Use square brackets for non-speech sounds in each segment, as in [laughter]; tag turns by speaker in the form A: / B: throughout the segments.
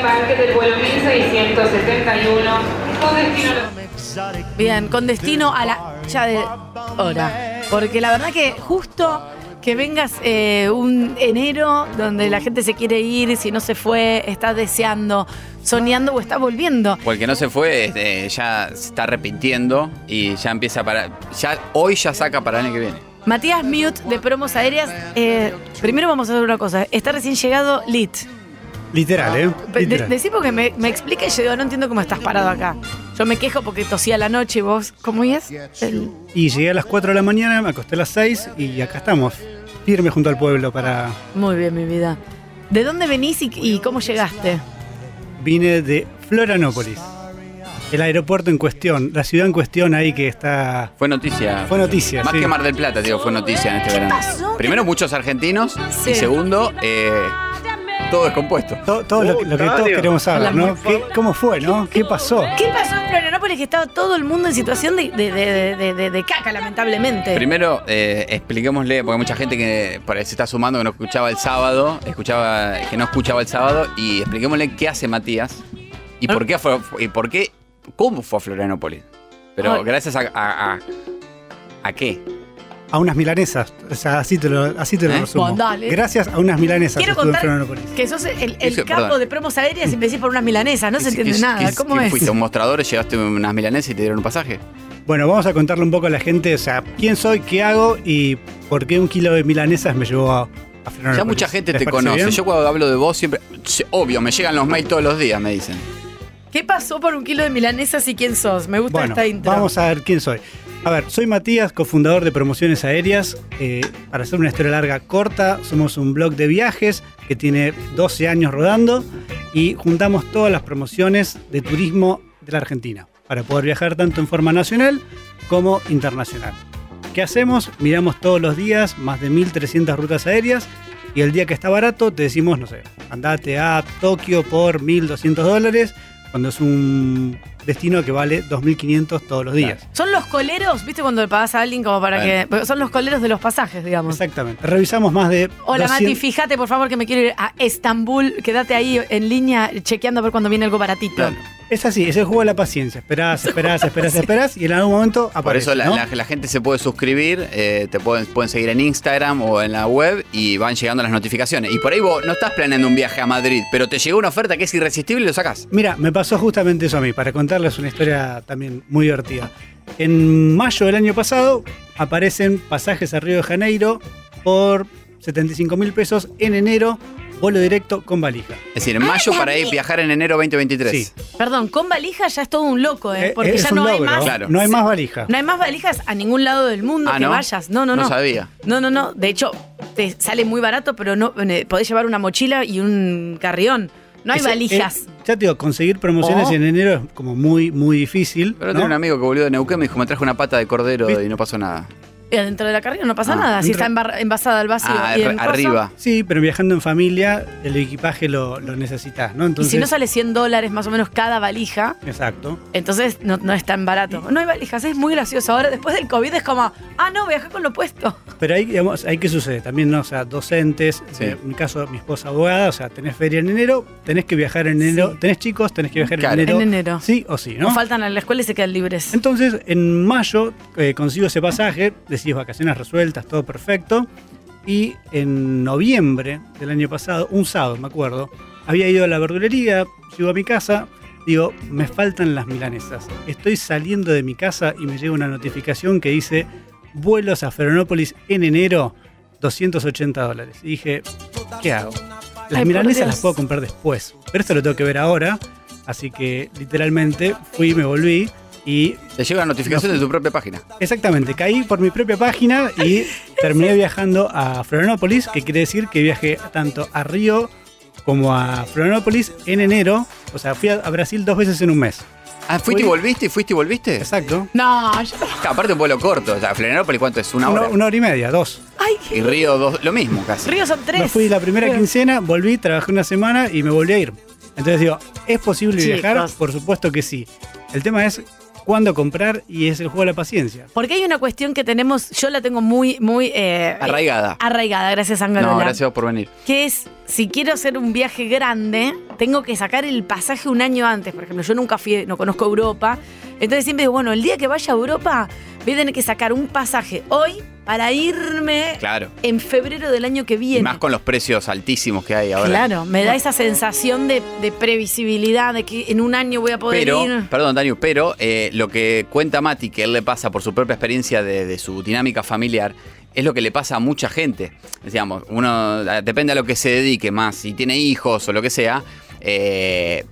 A: arranque del vuelo 1671, con destino a los...
B: Bien, con destino a la ya de hora. Porque la verdad que justo que vengas eh, un enero donde la gente se quiere ir, si no se fue, está deseando, soñando o está volviendo.
C: O el que no se fue este, ya se está arrepintiendo y ya empieza a parar. Ya, hoy ya saca para el año que viene.
B: Matías Mute de Promos Aéreas, eh, primero vamos a hacer una cosa. Está recién llegado Lit.
D: Literal, ¿eh?
B: Pe- Ah, de-
D: Literal.
B: decí porque me, me explica y yo digo, no entiendo cómo estás parado acá. Yo me quejo porque tosía la noche y vos, ¿cómo es? El-
D: Y llegué a las 4 de la mañana, me acosté a las 6 y acá estamos, firme junto al pueblo para...
B: Muy bien, mi vida. ¿De dónde venís y, y cómo llegaste?
D: Vine de Florianópolis. El aeropuerto en cuestión, la ciudad en cuestión ahí que está...
C: Fue noticia.
D: Fue noticia,
C: Más
D: sí.
C: que Mar del Plata, digo, fue noticia en este verano.
B: pasó?
C: Primero, muchos argentinos.
B: Sí.
C: Y segundo, eh, todo descompuesto.
D: To- todo lo,
C: Oh,
D: lo que todos queremos saber, ¿no? ¿Qué- ¿Cómo fue, no? ¿Qué pasó?
B: ¿Qué pasó en Florianópolis que estaba todo el mundo en situación de, de- de- de- de- de caca, lamentablemente?
C: Primero, eh, expliquémosle, porque hay mucha gente que por ahí se está sumando que no escuchaba el sábado, escuchaba, que no escuchaba el sábado, y expliquémosle qué hace Matías y
D: Ah.
C: por qué fue, y por qué, cómo fue a Florianópolis. Pero
B: Ay.
C: gracias a, a, a- ¿a qué.
D: A unas milanesas, o sea, así te lo, así te lo
C: ¿Eh?
D: resumo.
B: Bueno, dale.
D: Gracias a unas milanesas
B: Quiero
D: estuve en
B: contar
D: Florianópolis.
B: que sos el, el
C: Eso,
B: capo
C: perdón.
B: de promos aéreas y me decís por unas milanesas, no se
C: ¿Qué-
B: entiende
C: qué-
B: nada,
C: qué-
B: ¿cómo
C: qué
B: es?
C: Fuiste a un mostrador, llevaste unas milanesas y te dieron un pasaje.
D: Bueno, vamos a contarle un poco a la gente, o sea, quién soy, qué hago y por qué un kilo de milanesas me llevó a, a Florianópolis.
C: Ya mucha gente
D: ¿Les
C: te
D: parece
C: conoce.
D: bien?
C: Yo cuando hablo de vos siempre. se- Obvio, me llegan los mails todos los días, me dicen.
B: ¿Qué pasó por un kilo de milanesas y quién sos? Me gusta
D: Bueno,
B: esta intro.
D: vamos a ver quién soy. A ver, soy Matías, cofundador de Promociones Aéreas. Eh, para hacer una historia larga corta, somos un blog de viajes que tiene 12 años rodando y juntamos todas las promociones de turismo de la Argentina para poder viajar tanto en forma nacional como internacional. ¿Qué hacemos? Miramos todos los días más de 1.300 rutas aéreas y el día que está barato te decimos, no sé, andate a Tokio por 1.200 dólares cuando es un destino que vale 2.500 todos los días.
B: Son los coleros, ¿viste cuando le pagás a alguien como para
C: Bueno.
B: que. Son los coleros de los pasajes, digamos.
D: Exactamente. Revisamos más de...
B: Hola
D: 200
B: Mati, fíjate por favor que me quiero ir a Estambul. Quédate ahí en línea chequeando a ver cuando viene algo baratito.
C: Claro.
D: Es así, es el juego de la paciencia. Esperás, esperás,
B: [laughs]
D: esperás, esperás y en algún momento aparece.
C: Por eso la,
D: ¿no?
C: la- la gente se puede suscribir, eh, te pueden, pueden seguir en Instagram o en la web y van llegando las notificaciones. Y por ahí vos no estás planeando un viaje a Madrid, pero te llegó una oferta que es irresistible y lo sacás.
D: Mira, me pasó justamente eso a mí, para contarles una historia también muy divertida. En mayo del año pasado aparecen pasajes a Río de Janeiro por 75 mil pesos en enero, vuelo directo con valija.
C: Es decir, en
B: Ah,
C: mayo para ir viajar en enero 2023.
D: Sí.
B: Perdón, con valija ya es todo un loco, ¿eh?
D: Eh,
B: Porque
D: es
B: ya
D: un
B: no hay
D: logro,
B: más.
C: Claro.
D: No hay más valija.
B: No hay más valijas a ningún lado del mundo
C: Ah,
B: que
C: ¿no?
B: vayas. No, no, no.
C: No sabía.
B: No, no, no. De hecho, te sale muy barato, pero no eh, podés llevar una mochila y un carrión. No hay
D: Ese-
B: valijas.
D: eh, ya te digo, conseguir promociones
B: Oh.
D: en enero es como muy, muy difícil.
C: Pero
D: ¿no?
C: tengo un amigo que volvió de Neuquén y me dijo, me trajo una pata de cordero y no pasó nada.
B: Eh, Dentro de la carrera no pasa
C: Ah,
B: nada, si
D: dentro-
B: está embar- envasada al vacío.
C: Ah,
B: y en coso.
C: arriba.
D: Sí, pero viajando en familia, el equipaje lo, lo necesitas, ¿no?
B: Y
D: Entonces,
B: si no sale 100 dólares más o menos cada valija,
D: Exacto.
B: entonces no, no es tan barato. No hay valijas, es muy gracioso. Ahora después del COVID es como, ah, no, viajé con lo puesto.
D: Pero ahí, digamos, ahí que sucede también, ¿no? O sea, docentes,
C: Sí.
D: eh, en mi caso, mi esposa abogada, o sea, tenés feria en enero, tenés que viajar en enero,
B: Sí.
D: tenés chicos, tenés que viajar
C: Claro.
D: en enero.
B: En enero.
D: Sí o sí,
B: ¿No?
D: ¿no?
B: faltan a la escuela y se quedan libres.
D: Entonces, en mayo eh, consigo ese pasaje, decís vacaciones resueltas, todo perfecto. Y en noviembre del año pasado, un sábado, me acuerdo, había ido a la verdulería, llego a mi casa, digo, me faltan las milanesas. Estoy saliendo de mi casa y me llega una notificación que dice, vuelos a Florianópolis en enero, 280 dólares. Y dije, ¿qué hago? Las
B: Ay, por
D: milanesas
B: Dios.
D: las puedo comprar después, pero esto lo tengo que ver ahora. Así que literalmente fui, me volví y
C: Te llega una notificación de tu propia página.
D: Exactamente, caí por mi propia página
B: [laughs]
D: y terminé viajando a Florianópolis, que quiere decir que viajé tanto a Río como a Florianópolis en enero. O sea, fui a, a Brasil dos veces en un mes.
C: Ah, fuiste y
D: Fui-
C: volviste, y fuiste y volviste.
D: Exacto.
B: No, yo-
C: Claro, [laughs] aparte un vuelo corto, o sea, Florianópolis cuánto es, una
D: Una,
C: hora.
D: una hora y media, dos.
B: Ay,
C: Y Río dos, lo mismo casi.
B: Río son tres.
D: Me fui la primera quincena, volví, trabajé una semana y me volví a ir. Entonces digo, ¿es posible
B: Chicos.
D: viajar? Por supuesto que sí. El tema es cuándo comprar y es el juego de la paciencia.
B: Porque hay una cuestión que tenemos, yo la tengo muy, muy eh,
C: Arraigada.
B: arraigada, gracias Angarola.
C: No, gracias por venir.
B: Que es, si quiero hacer un viaje grande, tengo que sacar el pasaje un año antes. Por ejemplo, yo nunca fui, no conozco Europa. Entonces siempre digo, bueno, el día que vaya a Europa, voy a tener que sacar un pasaje hoy para irme
C: Claro.
B: en febrero del año que
C: Y
B: viene.
C: más con los precios altísimos que hay ahora.
B: Claro, me da esa sensación de, de previsibilidad, de que en un año voy a poder
C: Pero,
B: ir.
C: perdón, Daniel, pero eh, lo que cuenta Mati, que él le pasa por su propia experiencia de, de su dinámica familiar, es lo que le pasa a mucha gente. Digamos, uno eh, depende a lo que se dedique más, si tiene hijos o lo que sea. eh,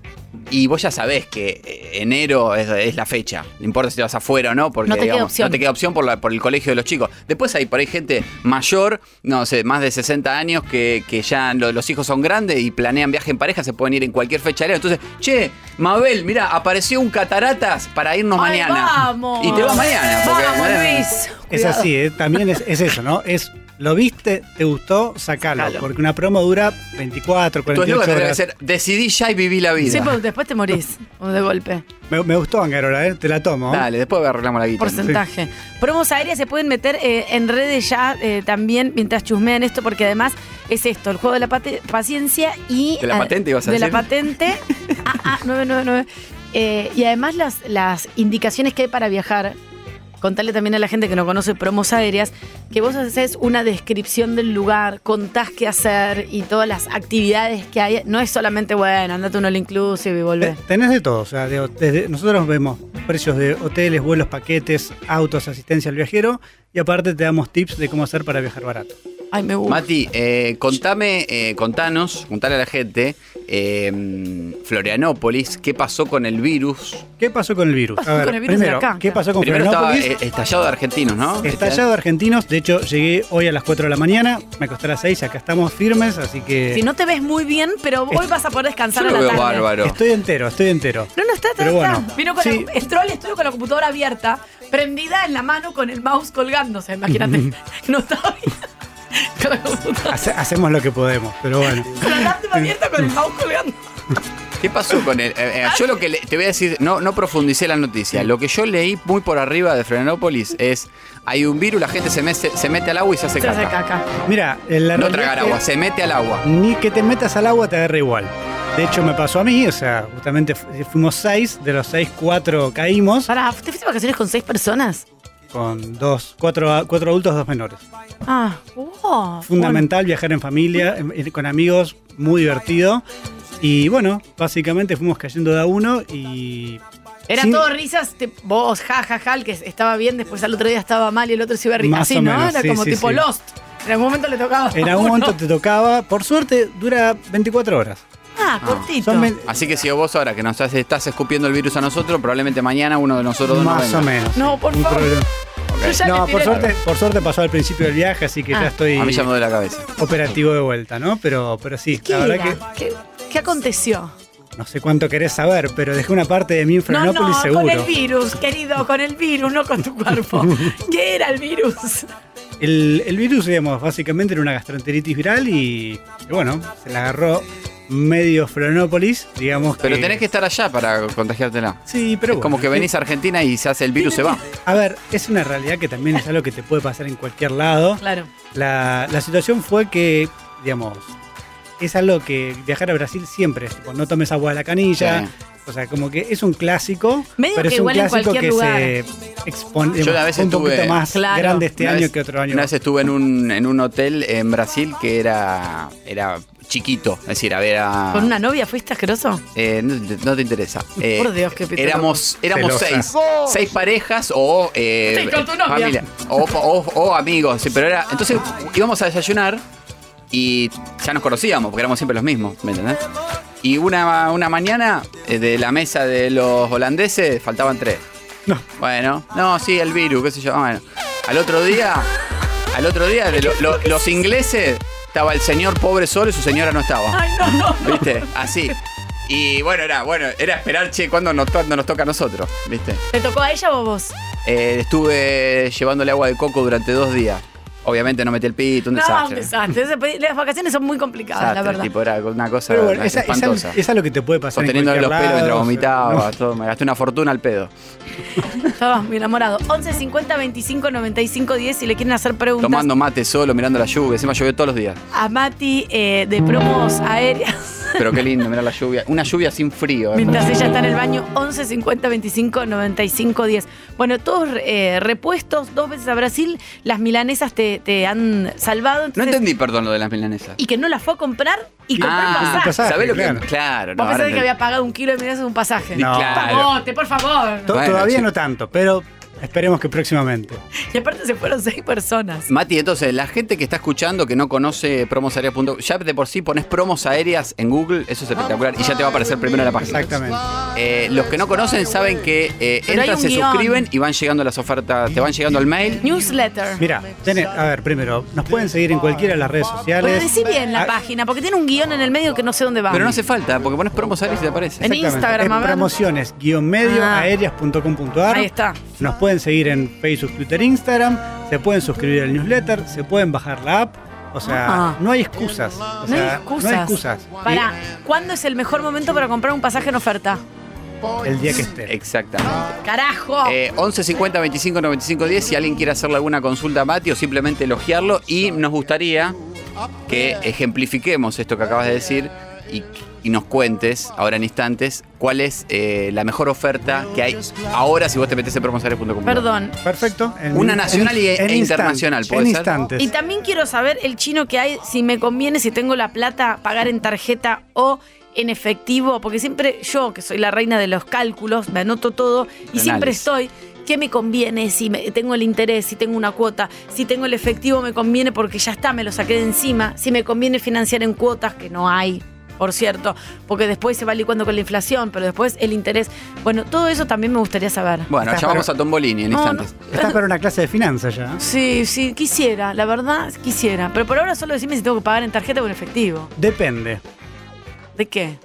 C: y vos ya sabés que eh, enero es, es la fecha. No importa si te vas afuera o no, porque
B: No te queda
C: digamos,
B: opción.
C: no te queda opción por, la- por el colegio de los chicos. Después hay por ahí gente mayor, no sé, más de 60 años, que, que ya lo- los hijos son grandes y planean viaje en pareja, se pueden ir en cualquier fecha. del año. Entonces, che, Mabel, mira, apareció un cataratas para irnos
B: ¡Ay,
C: mañana.
B: vamos!
C: Y te vas mañana. porque-
B: ¡Vamos, Luis!
D: Es
B: Cuidado.
D: así, ¿eh? también es, es eso, ¿no? Es lo viste, te gustó, sacalo,
C: Sacalo.
D: porque una promo dura 24,
C: Tu
D: 48
C: eslogan tendría que
D: horas.
C: ser, decidí ya y viví la vida.
B: Sí, pero después te morís [laughs] de golpe.
D: Me, me gustó Angarola, ¿eh? te la tomo. ¿eh?
C: Dale, después arreglamos la guita.
B: Porcentaje. Promos aéreas se pueden meter eh, en redes ya eh, también mientras chusmean esto, porque además es esto: el juego de la pate- paciencia y.
C: ¿De la
B: ah,
C: patente ibas a
B: De la
C: decir? [laughs]
B: patente. ah, ah, 999. Eh, y además las, las indicaciones que hay para viajar. Contale también a la gente que no conoce promos aéreas que vos haces una descripción del lugar, contás qué hacer y todas las actividades que hay. No es solamente, bueno, andate un all inclusive y volvés.
D: Te-
C: Eh,
D: Tenés de todo, o sea, de- desde- nosotros vemos precios de hoteles, vuelos, paquetes, autos, asistencia al viajero y aparte te damos tips de cómo hacer para viajar barato.
B: Ay, me gusta.
C: Mati, eh, contame, eh, contanos, contale a la gente, eh, Florianópolis, ¿qué pasó con el virus?
D: ¿Qué pasó con el virus?
B: pasó con el virus
D: primero,
B: de acá?
D: ¿qué pasó con
C: Primero estaba
D: Florianópolis?
C: eh, estallado de argentinos,
B: eh,
C: ¿no? Este,
D: Estallado de argentinos, de hecho llegué hoy a las 4 de la mañana, me acosté a las 6, acá estamos firmes, así que
B: Si no te ves muy bien, pero hoy vas a poder
C: Yo
B: descansar
C: lo
B: a la
C: veo
B: tarde.
C: bárbaro.
D: estoy entero, estoy entero.
B: No, no, está, está,
D: Pero
B: está.
D: bueno,
B: Vino con
D: sí.
B: la, entró al estudio con la computadora abierta, prendida en la mano con el mouse colgándose, imagínate. no estaba bien. con la
D: [laughs]
B: computadora.
D: Hace- hacemos lo que podemos, pero bueno.
B: Con la laptop abierta con el mouse colgando.
C: ¿Qué pasó con él? Eh, eh, yo lo que le- te voy a decir, no, no profundicé la noticia. Lo que yo leí muy por arriba de Florianópolis es: hay un virus, la gente se, mece- se mete al agua y se hace
B: Se hace
C: caca.
B: caca.
D: Mira, en la
C: No
D: realidad
C: tragar
D: es que
C: agua, se mete al agua.
D: Ni que te metas al agua te agarra igual. De hecho me pasó a mí, o sea, justamente fu- eh, fuimos 6, de los 6, 4 caímos,
B: Pará, ¿te fuiste de vacaciones con seis personas?
D: con dos, cuatro, cuatro adultos, dos menores.
B: Ah, wow.
D: Fundamental viajar en familia, en- en- con amigos, muy divertido. Y bueno, básicamente fuimos cayendo de a uno y...
B: Bueno, era
D: sin-
B: todo risas, te- vos, ja, ja, ja, el que estaba bien, después al otro día estaba mal y el otro se iba a reír.
D: Más
B: Así,
D: o
B: ¿no?
D: menos,
B: era
D: sí,
B: como
D: sí,
B: tipo
D: sí.
B: Lost. En algún momento le tocaba.
D: En
B: a
D: algún
B: uno.
D: momento te tocaba, por suerte dura 24 horas.
B: Ah, cortito.
D: Son ve-
C: Así que si vos ahora que nos estás, estás escupiendo el virus a nosotros, probablemente mañana uno de nosotros dos no
D: más
C: venga.
D: o menos.
B: No, por
D: Un
B: favor.
D: problema.
B: Yo ya le
D: No,
B: tiré
D: por suerte, por suerte pasó al principio del viaje, así que
B: Ah.
D: ya estoy
C: A mí ya me duele la cabeza.
D: operativo de vuelta, ¿no? Pero, pero sí,
B: ¿Qué
D: la verdad que
B: era? ¿Qué, qué aconteció?
D: No sé cuánto querés saber, pero dejé una parte de mí en
B: No,
D: Florianópolis
B: no, con el
D: seguro.
B: virus, querido, con el virus, no con tu
C: [laughs]
B: cuerpo. ¿Qué era el virus?
D: El, el virus, digamos, básicamente era una gastroenteritis viral y, y bueno, se la agarró medio Florianópolis, digamos
C: Pero
D: que...
C: tenés que estar allá para contagiártela.
D: Sí, pero
C: Es como
D: bueno.
C: que venís a Argentina y se hace el virus, se va.
D: A ver, es una realidad que también es algo que te puede pasar en cualquier lado.
B: Claro.
D: La, la situación fue que, digamos, es algo que viajar a Brasil siempre es, tipo, no tomes agua de la canilla.
C: Sí.
D: O sea, como que es un clásico,
B: Medio
D: pero
B: que
D: es un
B: igual en
D: clásico
B: cualquier
D: que
B: lugar.
D: se expone
C: Yo una vez
D: un poquito
C: estuve-
D: más
B: Claro.
D: grande este
C: Una
D: año
C: vez-
D: que otro año.
C: Una vez estuve en un, en un hotel en Brasil que era, era chiquito. Es decir, había.
B: ¿Con una novia fuiste asqueroso?
C: Eh, no, no te interesa. Eh,
B: Por Dios, qué pito
C: Éramos, éramos
D: Celosa.
C: seis. Seis parejas o eh,
B: Sí, con tu novia. Ah.
C: familia. O, o- o amigos. sí, pero era. Entonces íbamos a desayunar y ya nos conocíamos porque éramos siempre los mismos. ¿Me entendés? Y una, una mañana eh, de la mesa de los holandeses faltaban tres.
D: No.
C: Bueno, no, sí, el virus, qué sé yo. Bueno, al otro día, al otro día, de lo- lo- los ingleses estaba el señor pobre solo y su señora no estaba.
B: Ay, no, no.
C: ¿Viste? Así. Y bueno, era, bueno, era esperar, che, cuando nos, to- nos toca a nosotros, ¿viste?
B: ¿Te tocó a ella o a vos?
C: Eh, estuve llevándole agua de coco durante dos días. Obviamente no metí el pito, un
B: No, un
C: desastre.
B: desastre. Ese pe- Las vacaciones son muy complicadas,
C: Desastre,
B: la verdad.
C: tipo, era una cosa
D: Pero bueno,
C: una-
D: esa, esa-
C: espantosa.
D: esa es lo que te puede pasar. en
C: Sosteniendo los
D: cualquier
C: pelos
D: lado,
C: mientras
D: o sea,
C: vomitaba, todo, me gasté una fortuna al pedo.
B: Estaba mi enamorado. 11 50 25 95 10 si le quieren hacer preguntas
C: Tomando mate solo, mirando la lluvia, encima llovió todos los días.
B: a Mati eh, de promos
C: [laughs]
B: aéreas
C: Pero qué lindo, mirar la lluvia. Una lluvia sin frío. ¿eh?
B: mientras ella está en el baño. 11 50 25 95 10. Bueno, todos eh, repuestos, dos veces a Brasil, las milanesas te, te han salvado.
C: No
B: entonces-
C: entendí, perdón, lo de las milanesas.
B: Y que no las fue a comprar y compró el pasaje.
D: pasaje,
C: ¿sabés lo
D: claro.
C: que? Ah. Claro, no,
B: Vos
C: ahora
B: pensás que
C: entendí.
B: había pagado un kilo de milanesas un pasaje.
D: No.
C: Claro.
B: Pagote, por favor.
D: to-
C: Bueno,
D: todavía
C: sí.
D: no tanto, pero esperemos que próximamente.
B: Y aparte se fueron seis personas.
C: Mati, entonces, la gente que está escuchando que no conoce promosaéreas.com, ya de por sí pones promos aéreas en Google, eso es espectacular, y ya te va a aparecer primero la página.
D: Exactamente.
C: Eh, los que no conocen saben que eh,
B: Pero hay
C: entran,
B: un
C: se
B: guión.
C: suscriben y van llegando las ofertas, te van llegando al mail.
B: Newsletter.
D: Mira, tenés- a ver, primero, nos pueden seguir en cualquiera de las redes
B: Pero
D: sociales.
B: Pues decí bien la
D: Ah,
B: página, porque tiene un guón en el medio que no sé dónde va.
C: Pero no hace falta, porque pones promos aéreas y te aparece.
B: En
D: exactamente,
B: Instagram, a ver.
D: promociones guión medio
B: Ah.
D: aéreas.com.ar.
B: Ahí está.
D: Nos pueden seguir en Facebook, Twitter, Instagram. Se pueden suscribir al newsletter. Se pueden bajar la app. O sea,
B: Ah.
D: no hay excusas. O
B: no, hay
D: sea,
B: excusas.
D: No hay excusas.
B: Pará, ¿cuándo es el mejor momento para comprar un pasaje en oferta?
D: Y El día que
C: Eh,
D: esté.
C: Exactamente.
B: ¡Carajo!
C: Eh, 11 50 25 95 10 si alguien quiere hacerle alguna consulta a Mati o simplemente elogiarlo y nos gustaría que ejemplifiquemos esto que acabas de decir y, y nos cuentes ahora en instantes cuál es eh, la mejor oferta que hay ahora si vos te metes en promosales.com.
B: Perdón.
D: Perfecto. En-
C: Una nacional y- e
D: instan-
C: internacional, ¿puede
D: En
C: ser?
D: instantes.
B: Y también quiero saber el chino que hay, si me conviene, si tengo la plata, pagar en tarjeta o en efectivo, porque siempre yo, que soy la reina de los cálculos, me anoto todo y
C: Anales.
B: siempre estoy. ¿Qué me conviene? Si me- tengo el interés, si tengo una cuota, si tengo el efectivo me conviene porque ya está, me lo saqué de encima, si me conviene financiar en cuotas, que no hay, por cierto, porque después se va licuando con la inflación, pero después el interés. Bueno, todo eso también me gustaría saber.
C: Bueno,
D: Estás
C: llamamos
D: para-
C: a Tombolini en
B: No,
C: instantes.
D: Estás para una clase de finanzas ya. ¿eh?
B: Sí, sí, quisiera, la verdad quisiera. Pero por ahora solo decime si tengo que pagar en tarjeta o en efectivo.
D: Depende.
B: ¿De qué?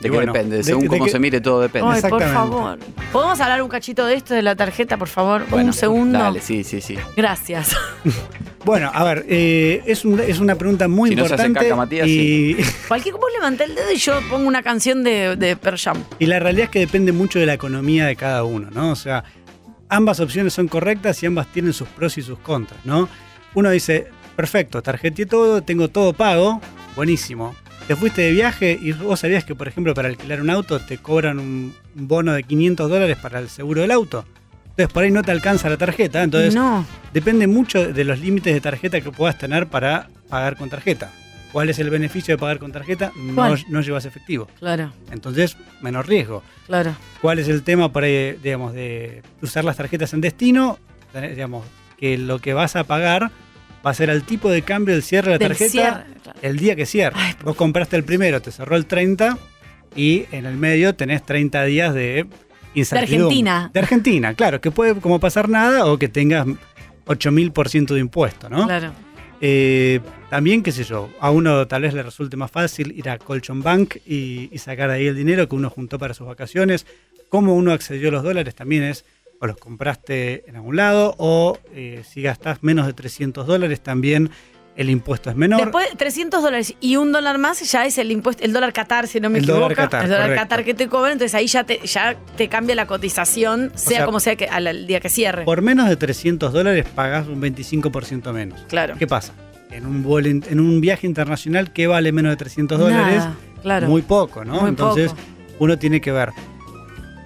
C: ¿De
D: Y
C: qué
D: bueno,
C: depende?
D: de-
C: Según
D: de
C: cómo
D: que-
C: se mire, todo depende.
B: Ay, por
D: Exactamente.
B: favor. ¿Podemos hablar un cachito de esto, de la tarjeta, por favor?
C: Bueno,
B: un segundo.
C: Dale, sí, sí, sí.
B: Gracias. [laughs]
D: Bueno, a ver, eh, es, un- es una pregunta muy
C: Si no se hace
D: importante.
C: caca, Matías,
D: [laughs] y,
B: Cualquier cosa levanté el dedo y yo pongo una canción de, de Pearl Jam.
D: y la realidad es que depende mucho de la economía de cada uno, ¿no? O sea, ambas opciones son correctas y ambas tienen sus pros y sus contras, ¿no? Uno dice, perfecto, tarjeté todo, tengo todo pago, buenísimo. Te fuiste de viaje y vos sabías que, por ejemplo, para alquilar un auto te cobran un un bono de 500 dólares para el seguro del auto. Entonces, por ahí no te alcanza la tarjeta. Entonces,
B: no.
D: Depende mucho de los límites de tarjeta que puedas tener para pagar con tarjeta. ¿Cuál es el beneficio de pagar con tarjeta? No,
B: ¿Cuál?
D: no llevas efectivo.
B: Claro,
D: Entonces, menor riesgo.
B: claro.
D: ¿Cuál es el tema por ahí, digamos, de usar las tarjetas en destino? Tenés, Digamos, que lo que vas a pagar va a ser al tipo de cambio del cierre de la
B: Del
D: tarjeta
B: cierre, claro.
D: el día que cierra.
B: Ay, por
D: Vos compraste el primero, te cerró el 30 y en el medio tenés 30 días de incertidumbre.
B: Argentina.
D: De Argentina, claro, que puede como pasar nada o que tengas 8000% de impuesto, ¿no?
B: Claro.
D: Eh, también, qué sé yo, a uno tal vez le resulte más fácil ir a Colchon Bank y, y sacar de ahí el dinero que uno juntó para sus vacaciones. Cómo uno accedió a los dólares también es, o los compraste en algún lado, o eh, si gastás menos de 300 dólares también el impuesto es menor.
B: Después, 300 dólares y un dólar más ya es el impuesto, el dólar Qatar, si no me
D: El
B: equivoco.
D: dólar Qatar,
B: el dólar
D: correcto.
B: Qatar que te cobran, entonces ahí ya te, ya te cambia la cotización, sea,
D: sea,
B: como sea que al, al día que cierre.
D: Por menos de 300 dólares pagás un 25% menos.
B: claro.
D: ¿Qué pasa? En un, vuelo in- en un viaje internacional, ¿qué vale menos de 300 dólares?
B: Nada, claro.
D: Muy poco, ¿no?
B: Muy
D: Entonces,
B: poco.
D: uno tiene que ver.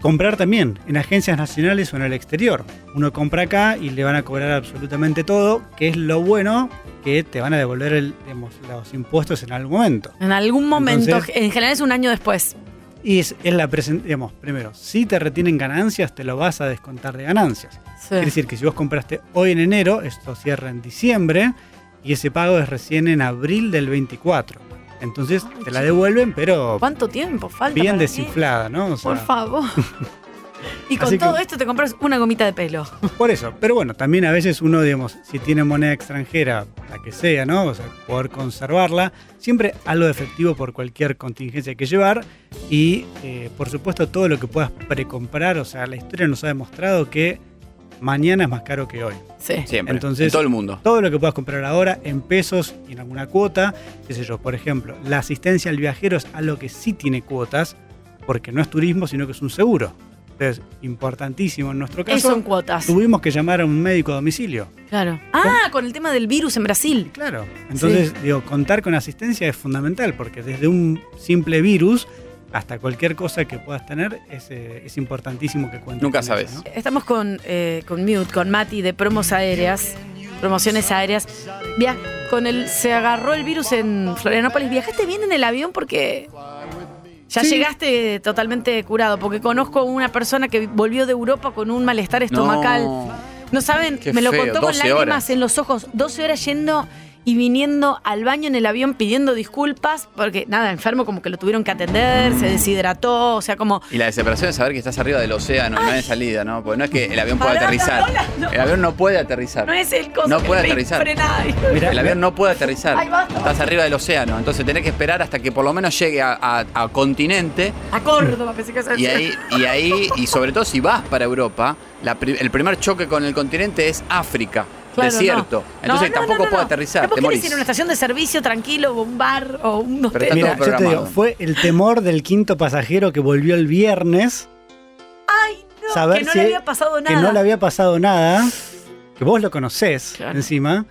D: Comprar también en agencias nacionales o en el exterior. Uno compra acá y le van a cobrar absolutamente todo, que es lo bueno que te van a devolver el- digamos, los impuestos en algún momento.
B: En algún momento,
D: Entonces-
B: en general es un año después.
D: Y es, es la presen- digamos, primero, si te retienen ganancias, te lo vas a descontar de ganancias.
B: Sí.
D: Quiere decir que si vos compraste hoy en enero, esto cierra en diciembre y ese pago es recién en abril del 24. Entonces te la devuelven, pero
B: Ah, ¿Cuánto tiempo falta?
D: bien
B: para que-
D: desinflada, ¿no? O sea,
B: Por
D: [laughs]
B: favor. Y con
D: Así que-
B: todo esto te compras una gomita de
D: [laughs]
B: pelo.
D: por eso. Pero bueno, también a veces uno, digamos, si tiene moneda extranjera, la que sea, ¿no? O sea, poder conservarla, siempre algo de efectivo por cualquier contingencia que llevar y, eh, por supuesto, todo lo que puedas precomprar. O sea, la historia nos ha demostrado que mañana es más caro que hoy.
B: Sí.
C: Siempre.
D: Entonces-
C: en todo el mundo.
D: Todo lo que puedas comprar ahora en pesos y en alguna cuota, qué sé yo, por ejemplo, la asistencia al viajero es algo que sí tiene cuotas, porque no es turismo, sino que es un seguro. Entonces, importantísimo en nuestro
B: Eso en
D: caso,
B: cuotas.
D: tuvimos que llamar a un médico a domicilio.
B: Claro. Ah, con el tema del virus en Brasil.
D: Claro. Entonces, digo, contar con asistencia es fundamental, porque desde un simple virus hasta cualquier cosa que puedas tener, es, eh, es importantísimo que cuentes.
C: Nunca
D: con
C: sabes.
D: eso, ¿no?
B: Estamos con, eh, con Mute, con Mati de Promos Aéreas, Promociones Aéreas. Via con el, se agarró el virus en Florianópolis. ¿Viajaste bien en el avión? Porque ya
D: Sí.
B: llegaste totalmente curado. Porque conozco una persona que volvió de Europa con un malestar estomacal. No,
C: No.
B: saben,
C: Qué
B: me lo
C: feo,
B: contó con
C: 12
B: lágrimas
C: horas.
B: en los ojos. 12 horas yendo y viniendo al baño en el avión pidiendo disculpas. Porque nada, enfermo como que lo tuvieron que atender, se deshidrató. O sea, como
C: Y la desesperación es saber que estás arriba del océano, no hay salida, ¿no? Porque no es que el avión pueda
B: Pará,
C: aterrizar.
B: Lola, no.
C: El avión no puede aterrizar.
B: no es el coso
C: No
B: que
C: puede
B: me
C: aterrizar.
B: frena.
D: Mirá,
C: El avión no puede aterrizar.
B: Ay, basta.
C: Estás arriba del océano. Entonces tenés que esperar hasta que por lo menos llegue a, a- a continente.
B: A Córdoba, pensé que
C: Y ahí, y ahí, y sobre todo si vas para Europa, la pri- el primer choque con el continente es África, desierto. Entonces tampoco puede aterrizar, te
B: ¿Por qué
C: morís.
B: ir a una estación de servicio tranquilo, o un bar o un
C: Pero
B: hotel?
C: está
D: Mira,
C: todo
D: yo te digo,
C: programado.
D: fue el temor del quinto pasajero que volvió el viernes,
B: No,
D: saber
B: que no
D: si-
B: le había pasado nada.
D: que no le había pasado nada, que vos lo conocés
B: Claro.
D: encima,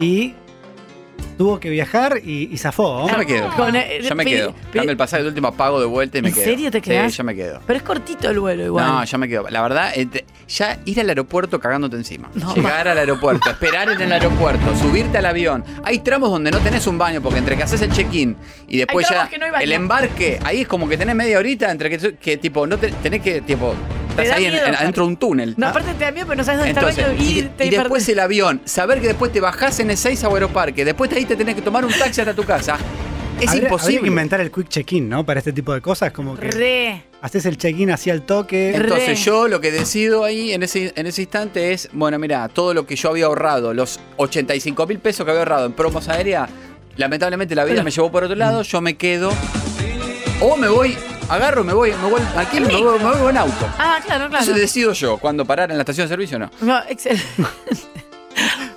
D: y tuvo que viajar y, y zafó.
C: Yo me quedo.
B: Con el-
C: ya me
B: pi-
C: quedo.
B: pi-
C: Cambio el pasaje de última, pago de vuelta y me
B: ¿En
C: quedo.
B: serio te quedás?
C: Sí, ya me quedo.
B: Pero es cortito el vuelo igual.
C: No, ya me quedo. La verdad, eh, te- ya ir al aeropuerto cagándote encima.
B: No,
C: Llegar al aeropuerto, esperar en el aeropuerto, subirte al avión. Hay tramos donde no tenés un baño, porque entre que haces el check-in y después
B: Hay
C: ya
B: tramos que no hay baño.
C: el embarque, ahí es como que tenés media horita entre que, que tipo, no te- tenés que, tipo,
B: Te
C: estás
B: da
C: ahí en-
B: miedo.
C: en- adentro de un túnel.
B: No, aparte te da miedo, pero no sabes dónde
C: ah. Entonces,
B: está el baño.
C: y,
B: irte
C: y después
B: perder-
C: el avión, saber que después te bajás en Ezeiza o Aeroparque, después de ahí te tenés que tomar un taxi hasta tu casa, es
D: Habría- habría que
C: imposible.
D: inventar el quick check-in, ¿no? Para este tipo de cosas, como que
B: Re.
D: haces el check-in así al toque.
B: Re.
C: Entonces yo lo que decido ahí en ese, en ese instante es, bueno, mira, todo lo que yo había ahorrado, los 85 mil pesos que había ahorrado en promos aérea, lamentablemente la vida me llevó por otro lado, yo me quedo, o me voy, agarro, me voy, me voy, aquí me voy, me voy en auto.
B: Ah, claro, claro.
C: Entonces decido yo, cuando parar en la estación de servicio o no.
B: No, excelente. [laughs]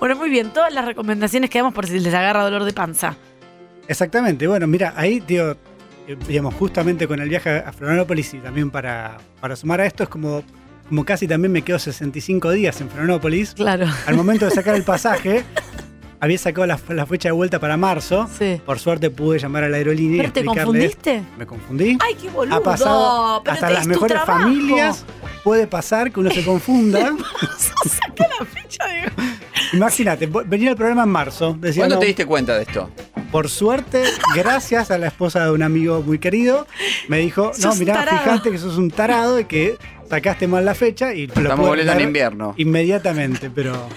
B: bueno, muy bien. Todas las recomendaciones que damos por si les agarra dolor de panza.
D: Exactamente. Bueno, mira, ahí, digo, eh, digamos, justamente con el viaje a Florianópolis y también para, para sumar a esto, es como, como casi también me quedo 65 días en Florianópolis.
B: Claro.
D: Al momento de
B: [laughs]
D: sacar el pasaje, había sacado la, la fecha de vuelta para marzo.
B: Sí.
D: Por suerte pude llamar a la aerolínea y
B: ¿Pero te
D: explicarle.
B: confundiste?
D: Me confundí.
B: Ay, qué boludo.
D: ha pasado
B: pero
D: hasta
B: es
D: las
B: tu
D: mejores
B: trabajo.
D: familias. Puede pasar que uno
B: [laughs]
D: se confunda.
B: Saca la fecha de.
D: Imagínate, vo- venía el programa en marzo. Decía,
C: ¿Cuándo
D: no,
C: te diste cuenta de esto?
D: por suerte, gracias a la esposa de un amigo muy querido, me dijo, no,
B: Sos
D: mirá,
B: tarado".
D: fijate que sos un tarado y que sacaste mal la fecha y lo
C: Estamos
D: puedo
C: volviendo al
D: dar
C: invierno.
D: Inmediatamente, pero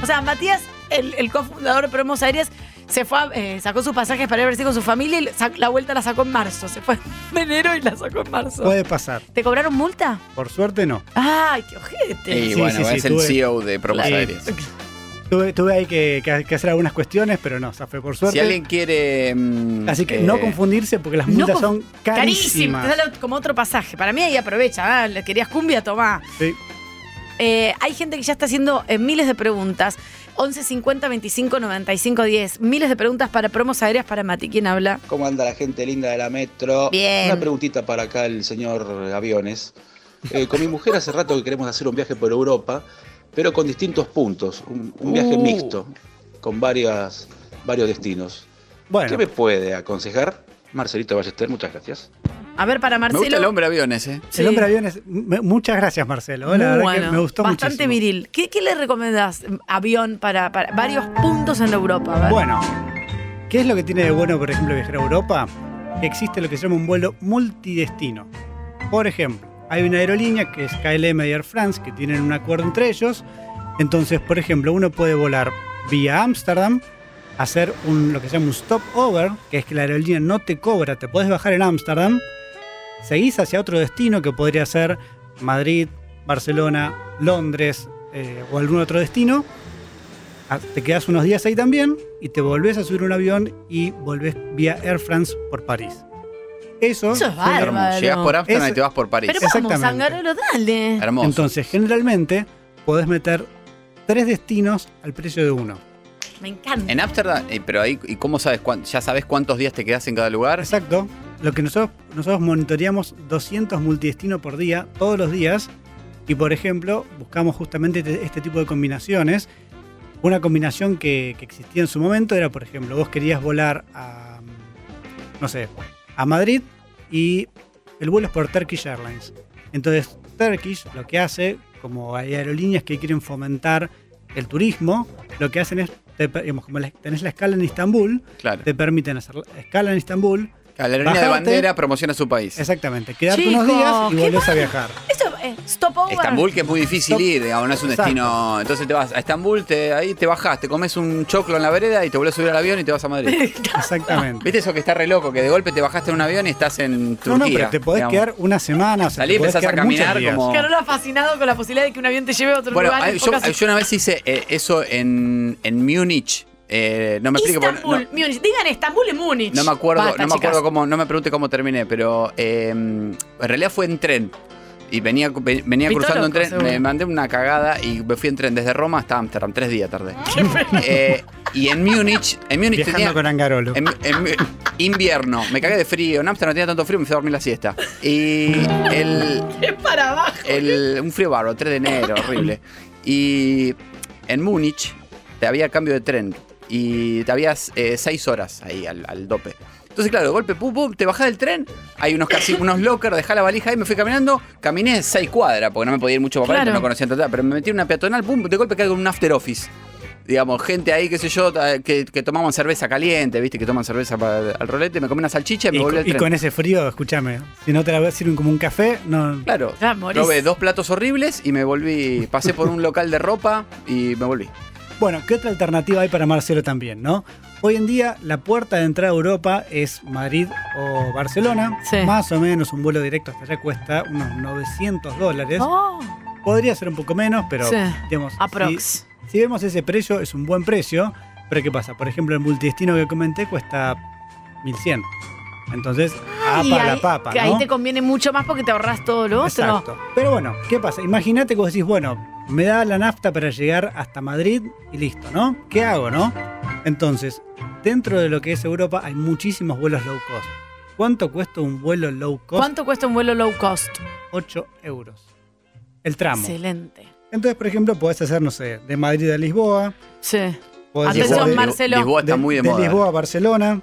B: O sea, Matías, el, el cofundador de Promos Aéreas, se fue, a- eh, sacó sus pasajes para ir a Brasil con su familia y sa- la vuelta la sacó en marzo. Se fue en enero y la sacó en marzo.
D: puede pasar.
B: ¿Te cobraron multa?
D: Por suerte no.
B: ¡Ay, qué ojete!
C: Y
D: Sí,
C: bueno,
D: sí, sí,
C: es el
D: tuve-
C: CEO de promos
D: Sí.
C: aéreas.
D: Tuve, tuve ahí que, que- que hacer algunas cuestiones, pero no, fue por suerte.
C: Si alguien quiere... mm,
D: Así que
C: eh,
D: no confundirse porque las multas
B: no
D: son
B: Carísimo.
D: carísimas.
B: Te sale como otro pasaje. Para mí ahí aprovecha. ah, Le querías cumbia, tomá.
D: Sí.
B: Eh, hay gente que ya está haciendo eh, miles de preguntas. 11 50 25 95 10. Miles de preguntas para Promos Aéreas para Mati. ¿Quién habla?
E: ¿Cómo anda la gente linda de la metro?
B: Bien.
E: Una preguntita para acá el señor Aviones. Eh, con mi mujer hace rato que queremos hacer un viaje por Europa, pero con distintos puntos, un, un viaje
C: Uh.
E: mixto, con varias, varios destinos. ¿Qué
D: Bueno,
E: me puede aconsejar? Marcelito Ballester, muchas gracias.
B: A ver, para
C: Me gusta el
B: Marcelo.
C: hombre aviones, ¿eh?
B: Sí.
D: el hombre aviones, m- muchas gracias Marcelo. eh, La
B: Muy
D: verdad
B: Uh, bueno,
D: que me gustó
B: Bastante
D: muchísimo.
B: viril. ¿Qué, qué le recomendás? Avión para, para varios puntos en Europa. a ver.
D: Bueno, ¿qué es lo que tiene de bueno, por ejemplo, viajar a Europa? Que existe lo que se llama un vuelo multidestino. Por ejemplo, hay una aerolínea que es KLM y Air France que tienen un acuerdo entre ellos. Entonces, por ejemplo, uno puede volar vía Ámsterdam, hacer un, lo que se llama un stopover, que es que la aerolínea no te cobra, te podés bajar en Ámsterdam, seguís hacia otro destino que podría ser Madrid, Barcelona, Londres eh, o algún otro destino. Ah, Te quedas unos días ahí también y te volvés a subir un avión y volvés vía Air France por París.
B: Eso
D: Eso,
B: es
D: suele-
B: bárbaro.
C: Hermoso. Llegas por Ámsterdam
D: Es-
C: y te vas por París.
B: Pero vamos,
D: exactamente.
B: Angarolo, dale.
C: Hermoso.
D: Entonces, generalmente podés meter tres destinos al precio de uno.
B: Me encanta.
C: En Ámsterdam, eh, pero ahí, ¿y cómo sabes? cuán- ¿Ya sabes cuántos días te quedas en cada lugar?
D: Exacto. Lo que nosotros, nosotros monitoreamos 200 multidestinos por día, todos los días. Y por ejemplo, buscamos justamente este, este tipo de combinaciones. Una combinación que, que existía en su momento era, por ejemplo, vos querías volar a, mm, no sé, a Madrid y el vuelo es por Turkish Airlines. Entonces, Turkish lo que hace, como hay aerolíneas que quieren fomentar el turismo, lo que hacen es, te- digamos, como la- tenés la escala en Istambul,
C: Claro.
D: te permiten hacer la escala en Istambul,
C: A la aerolínea de
D: Bajate.
C: bandera promociona su país.
D: Exactamente, quedarte
B: Chicos,
D: unos días y
B: qué
D: volvés a viajar.
B: Esto es eh, stopover. [laughs]
C: Estambul, que es muy difícil
D: Stop.
C: ir, digamos, no es un
D: Exacto.
C: destino. Entonces te vas a Estambul, te, ahí te bajás, te comes un choclo en la vereda y te volvés a subir al avión y te vas a Madrid.
D: Exactamente.
C: ¿Viste eso que está re loco? Que de golpe te bajaste en un avión y estás en
D: No,
C: Turquía.
D: no, pero te podés
C: digamos.
D: quedar una semana, o sea,
C: Salí,
D: te podés
C: empezás a
D: quedar muchos
C: caminar
D: días.
C: como-
B: Carola fascinado con la posibilidad de que un avión te lleve a otro
C: Bueno,
B: lugar.
C: hay-
B: en
C: yo,
B: pocas-
C: yo una vez hice eh, eso en, en Múnich. Eh, no me explico por- no-
B: Istanbul, Múnich. Digan Estambul y Múnich.
C: No me acuerdo,
B: Basta,
C: no me acuerdo
B: chicas.
C: cómo, no me pregunte cómo terminé, pero eh, en realidad fue en tren. Y venía, ve- venía
B: Fuiste
C: cruzando en
B: loco,
C: tren,
B: seguro.
C: me mandé una cagada y me fui en tren desde Roma hasta Ámsterdam, tres
B: [laughs]
C: días tardé. Eh, y en Múnich, en Múnich
D: Viajando
C: tenía
D: con Angarolo.
C: en- en- invierno, me cagué de frío, en Ámsterdam no tenía tanto frío, me fui a dormir la siesta. Y el,
B: Es para abajo.
C: el- un frío bárbaro, 3 de enero, horrible. Y en Múnich te había cambio de tren y te habías 6 horas ahí al, al dope. Entonces, claro, de golpe, pum, pum, te bajás del tren, hay unos casi unos lockers, dejá la valija ahí, me fui caminando, caminé 6 cuadras, porque no me podía ir mucho para
B: Claro.
C: no conocía total, pero me metí en una peatonal, pum, de golpe caigo en un after office. Digamos, gente ahí, qué sé yo, ta- que, que tomaban cerveza caliente, viste, que toman cerveza pa- al rolete, me comí una salchicha y me
D: y,
C: volví al
D: y
C: tren.
D: con ese frío, escúchame, si no te la sirven como un café, no.
C: Claro.
B: Ya morís.
C: Probé dos platos horribles y me volví. Pasé por un local de ropa y me volví.
D: Bueno, ¿qué otra alternativa hay para Marcelo también, no? Hoy en día la puerta de entrada a Europa es Madrid o Barcelona.
B: Sí.
D: Más o menos un vuelo directo hasta allá cuesta unos 900 dólares.
B: Oh,
D: Podría ser un poco menos, pero
B: Sí.
D: digamos,
B: aprox.
D: si- Si vemos ese precio, es un buen precio, pero ¿qué pasa? Por ejemplo, el multidestino que comenté cuesta 1100. Entonces,
B: Y
D: apa
B: ahí-
D: ah, la papa,
B: que
D: ¿no?
B: ahí te conviene mucho más porque te ahorras todo lo otro.
D: Exacto. Pero bueno, ¿qué pasa? Imagínate que vos decís, bueno, me da la nafta para llegar hasta Madrid y listo, ¿no? ¿Qué hago, no? Entonces, dentro de lo que es Europa hay muchísimos vuelos low cost. ¿Cuánto cuesta un vuelo low cost?
B: ¿Cuánto cuesta un vuelo low cost?
D: 8 euros. El tramo.
B: Excelente.
D: Entonces, por ejemplo, podés hacer, no sé, de Madrid a Lisboa.
B: Sí.
D: podés
B: Atención,
D: hacer de-
B: Marcelo.
C: Lisboa está muy de, moda.
D: Lisboa a Barcelona,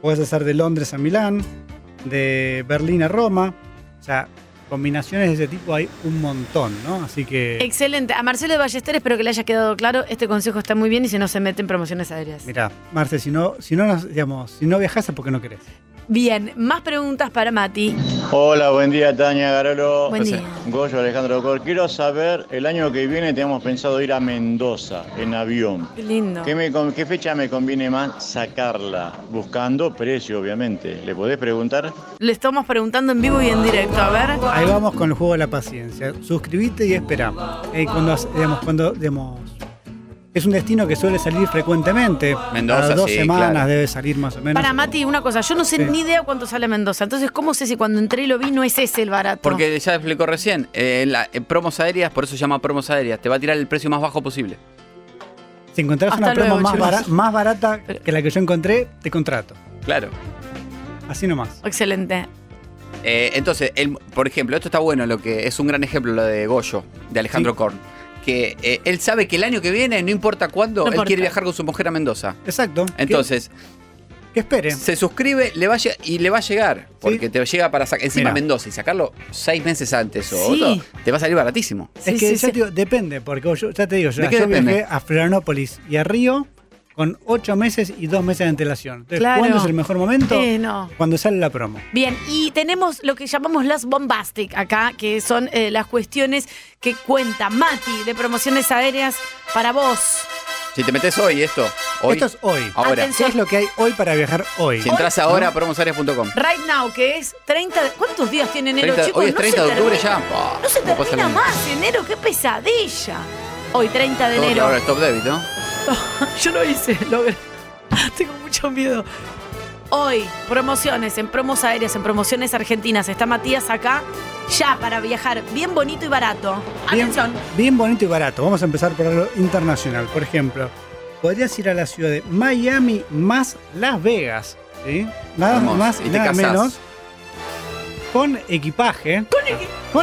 D: puedes hacer de Londres a Milán, de Berlín a Roma. O sea, combinaciones de ese tipo hay un montón, ¿no? Así que,
B: Excelente. A Marcelo de Ballester, espero que le haya quedado claro. Este consejo está muy bien y si no se mete en promociones aéreas.
D: mira, Marce, si no, si no, nos- digamos, si no viajas es porque no querés.
B: Bien, más preguntas para Mati.
F: Hola, buen día Tania Garolo.
B: Buen día.
F: Goyo Alejandro Cor. Quiero saber, el año que viene tenemos pensado ir a Mendoza en avión.
B: Qué lindo.
F: ¿Qué, me con- qué fecha me conviene más sacarla? Buscando precio, obviamente. ¿Le podés preguntar?
B: Le estamos preguntando en vivo y en directo. A ver.
D: Ahí vamos con el juego de la paciencia. Suscribite y esperamos. Eh, cuando, hace- digamos, cuando, digamos, es un destino que suele salir frecuentemente.
C: Mendoza,
D: Cada dos
C: sí,
D: semanas
C: claro.
D: debe salir más o menos.
B: Para Mati, una cosa, yo no sé
D: Sí.
B: ni idea cuánto sale Mendoza. Entonces, ¿cómo sé si cuando entré y lo vi no es ese el barato?
C: Porque ya explicó recién, eh, la- eh, promos aéreas, por eso se llama promos aéreas, te va a tirar el precio más bajo posible.
D: Si encontrás
B: Hasta
D: una promo
B: luego,
D: más,
B: chicos.
D: bara- más barata que la que yo encontré, te contrato.
C: Claro.
D: Así nomás.
B: Excelente.
C: Eh, entonces, el- por ejemplo, esto está bueno, lo que es un gran ejemplo, lo de Goyo, de Alejandro
D: Sí.
C: Korn. Que eh, él sabe que el año que viene, no importa cuándo,
B: No
C: él
B: importa.
C: quiere viajar con su mujer a Mendoza.
D: Exacto.
C: Entonces,
D: Que, que espere.
C: Se suscribe le va a lle- y le va a llegar. Porque te llega para sacar. Encima
D: Mirá.
C: Mendoza y sacarlo seis meses antes o
B: Sí.
C: otro, te va a salir baratísimo.
D: Es
B: Sí,
D: que
B: sí,
D: ya
B: sí.
D: te digo, depende, porque yo, ya te digo, yo,
C: ¿De qué
D: yo viajé
C: depende?
D: a Florianópolis y a Río con ocho meses y dos meses de antelación. Entonces,
B: Claro.
D: ¿cuándo es el mejor momento?
B: Eh, no.
D: Cuando sale la promo.
B: Bien, y tenemos lo que llamamos las bombastic acá, que son eh, las cuestiones que cuenta Mati de promociones aéreas para vos.
C: Si te metes hoy, esto. Hoy,
D: Esto es hoy.
C: ahora.
B: Atención.
D: ¿Qué es lo que hay hoy para viajar hoy?
C: Si entras ahora a promosareas.com.
B: Right now, que es 30. de- ¿Cuántos días tiene enero,
C: 30
B: chicos?
C: hoy es
B: No se
C: 30 de octubre ya.
B: termina.
C: Bah,
B: No se
C: no pasa
B: termina
C: nada.
B: más enero, qué pesadilla. Hoy, 30 de
C: Todo
B: enero.
C: Ahora el top debit, ¿no?
B: [laughs] Yo lo hice, logré. Tengo mucho miedo. Hoy, promociones en promos aéreas, en promociones argentinas. Está Matías acá, ya para viajar bien bonito y barato.
D: Bien,
B: Atención.
D: bien bonito y barato. Vamos a empezar por algo internacional. Por ejemplo, podrías ir a la ciudad de Miami más Las Vegas. ¿sí? Nada
C: Hermoso.
D: más
C: Y
D: y,
C: te
D: nada
C: casás.
D: menos. Con equipaje. Con,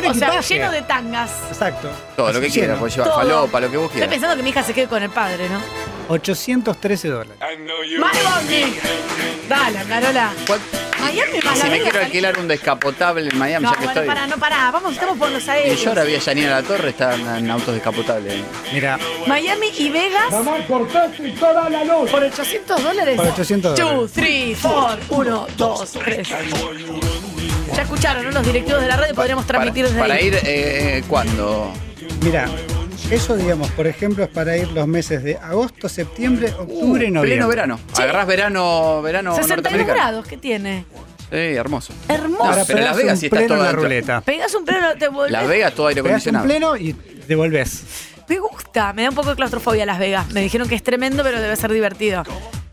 B: O sea,
D: equipaje.
B: lleno de tangas.
D: Exacto.
C: Todo lo
D: Así
C: que quieras,
D: lleno.
C: puedes llevar
B: Todo.
C: falopa, lo que vos
B: Estoy
C: quieras.
B: pensando que mi hija se quede con el padre, ¿no?
D: 813 dólares.
B: ¡Mare Bondi! Dale, Carola.
C: ¿Cuál-
B: Miami más
C: y si
B: Las
C: me
B: Vegas.
C: quiero alquilar un descapotable en Miami,
B: No,
C: ya que
B: bueno,
C: estoy.
B: pará, no pará. Vamos, estamos por los
C: Y
B: aéreos.
C: yo ahora vi a Yanina La Torre, está en- en autos descapotables.
D: Mira,
B: Miami y Vegas. Por 800 dólares.
D: Por 800 dólares.
B: 2, 3, 4, 1, 2, 3. Ya escucharon, ¿no? Los directivos de la radio podríamos transmitir
C: para,
B: desde
C: para
B: ahí.
C: ir, eh, ¿cuándo?
D: mira. Eso, digamos, por ejemplo, es para ir los meses de agosto, septiembre, octubre y
C: Uh,
D: noviembre.
C: Pleno verano. Agarrás verano, verano
B: 62
C: norteamericano.
B: grados, ¿qué tiene?
C: Sí, hermoso.
B: Hermoso.
C: No, pero
D: pegás
C: Las Vegas
D: un
C: sí está
D: pleno
C: todo
D: en la
C: dentro.
D: ruleta.
B: Pegas un pleno, te volvés.
C: Las Vegas, todo aire
D: Pegás un
C: acondicionado.
D: pleno y devolvés.
B: Me gusta, me da un poco de claustrofobia Las Vegas. Me dijeron que es tremendo, pero debe ser divertido.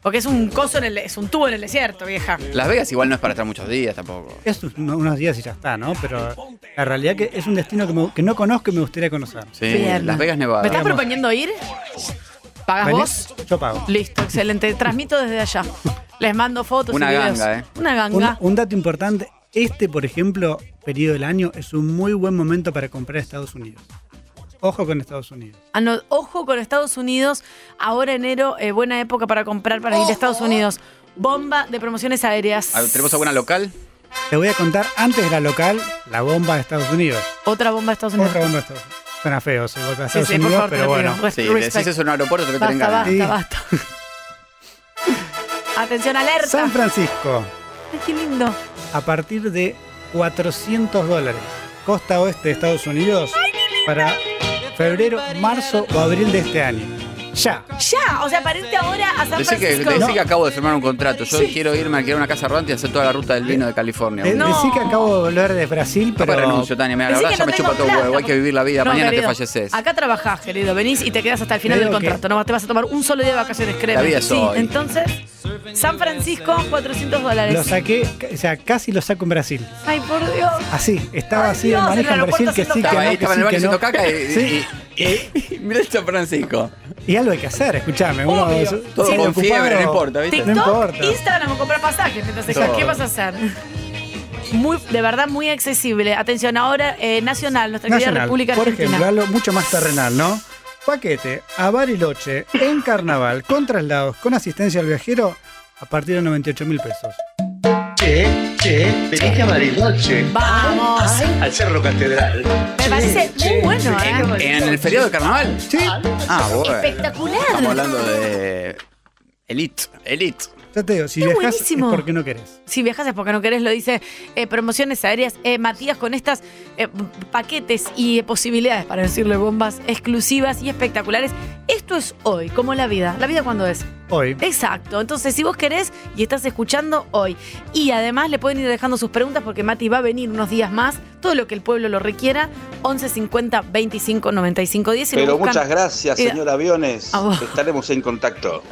B: Porque es un coso en el, es un tubo en el desierto, vieja.
C: Las Vegas igual no es para estar muchos días tampoco.
D: Es un- unos días y ya está, ¿no? Pero la realidad que es un destino que, me- que no conozco y me gustaría conocer.
C: Sí,
B: Bien.
C: Las Vegas
B: ¿Me
C: Nevada.
B: estás proponiendo ir?
C: Ah,
B: ¿Pagas
D: ¿Venís?
B: vos?
D: Yo pago.
B: Listo, excelente. Transmito desde allá. Les mando fotos
C: Una
B: y videos.
C: ganga, ¿eh?
B: Una
D: Un,
B: ganga.
D: un dato importante, este, por ejemplo, periodo del año es un muy buen momento para comprar Estados Unidos. Ojo con Estados Unidos.
B: Ah, no, ojo con Estados Unidos. Ahora enero, eh, buena época para comprar para ir a Estados Unidos. Bomba de promociones aéreas.
C: Ah, ¿Tenemos alguna local?
D: Te voy a contar antes de la local, la bomba de Estados Unidos.
B: Otra bomba de Estados Unidos.
D: Otra bomba de Estados Unidos. Suena feo, se golpe
B: Sí,
D: a Estados
B: sí, por
D: Unidos,
B: favor, te
D: pero
B: lo pido.
D: bueno.
B: Res-
C: Sí, le
B: respect.
C: decís eso en un aeropuerto, te meten
B: Basta,
C: ganas.
B: basta,
D: Sí.
B: basta. Atención, alerta.
D: San Francisco,
B: Ay, qué lindo.
D: a partir de 400 dólares. Costa oeste de Estados Unidos para febrero, marzo o abril de este año. Ya.
B: Ya, o sea, para irte ahora a San
C: Decí que,
B: Francisco.
C: decí
D: No.
C: que acabo de firmar un contrato. Yo quiero irme a alquilar una casa rodante y hacer toda la ruta del vino de California.
D: De-
C: No,
B: No.
D: Decí que acabo de volver de Brasil, pero.
C: pero renuncio, Tania. Mira, la
B: Decí
C: verdad
B: que
C: ya
B: no
C: me
B: tengo
C: chupa todo
B: plata,
C: huevo. Hay que vivir la vida.
B: No,
C: Mañana te
B: querido.
C: falleces.
B: Acá trabajás, querido. Venís y te quedas hasta el final del
D: Creo
B: contrato. No te vas a tomar un solo día de vacaciones, creo.
C: La vida es
B: sí,
C: hoy.
B: entonces, San Francisco, 400
D: Lo
B: dólares.
D: saqué, o sea, casi lo saco en Brasil.
B: Ay, por Dios.
D: Así, estaba
B: Ay,
D: así
B: Dios,
D: el
B: en el
D: manejo en Brasil
B: aeropuerto
D: que sí, que
B: haciendo
C: Estaba
D: no,
C: ahí,
D: que
C: estaba en el
D: sí, que
C: baño haciendo
D: no.
C: caca y-
D: Sí,
C: y- y- y- Mira el San Francisco.
D: y algo hay que hacer, escuchame. Uno,
B: Obvio.
D: es-
C: Todo
D: sí,
C: con
D: ocupado.
C: fiebre, no importa, ¿viste?
D: No
B: TikTok,
D: importa.
B: Instagram o comprar pasajes. Entonces,
C: Todo.
B: ¿qué vas a hacer? Muy, de verdad, muy accesible. Atención, ahora eh, Nacional, nuestra querida
D: Nacional,
B: República
D: por
B: Argentina.
D: ejemplo, algo mucho más terrenal, ¿no? Paquete a Bariloche en carnaval, con traslados, con asistencia al viajero, a partir de 98 mil pesos.
G: Che, che, venite a Bariloche,
B: Vamos.
G: al Cerro Catedral.
B: Me parece muy bueno, ¿eh?
C: ¿En el feriado de carnaval?
D: Sí,
C: Ah, bueno. Estamos
B: Espectacular.
C: hablando de. Elite. Elite.
D: ya te digo, si
B: Qué
D: viajas
B: buenísimo.
D: es porque no querés.
B: Si viajas es porque no querés, lo dice eh, Promociones Aéreas. Eh, Matías, con estas eh, paquetes y eh, posibilidades, para decirle bombas, exclusivas y espectaculares. Esto es hoy, como la vida. ¿La vida cuándo es?
D: Hoy.
B: Exacto. Entonces, si vos querés y estás escuchando hoy, y además le pueden ir dejando sus preguntas porque Mati va a venir unos días más, todo lo que el pueblo lo requiera, 11 50 25 95 10. si lo
E: Pero
B: buscan,
E: muchas gracias,
B: Mira.
E: señor Aviones.
B: Eh, A vos.
E: Estaremos en contacto.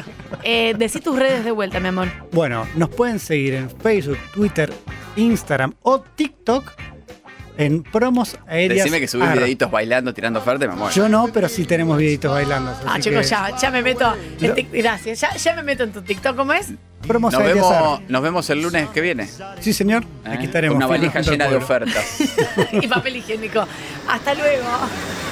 B: eh, decí tus redes de vuelta, mi amor.
D: Bueno, nos pueden seguir en Facebook, Twitter, Instagram o TikTok en promos aéreas.
C: Decime que subís
D: Ar.
C: videitos bailando, tirando fuerte, me muero.
D: Ah, Yo no, pero sí tenemos videitos bailando. así
B: Ah, chicos,
D: que
B: ya, ya me meto. en
D: Lo-
B: tic- gracias. Ya, ya me meto en tu TikTok, ¿cómo es?
D: Promos
C: Nos
D: aéreas.
C: vemos,
D: Ar.
C: nos vemos el lunes que viene.
D: Sí, señor.
C: ¿eh?
D: Aquí estaremos.
C: Una valija
D: [laughs] firmes junto
B: [laughs]
D: al
C: llena de
D: pueblo.
C: ofertas.
B: y papel higiénico. Hasta luego.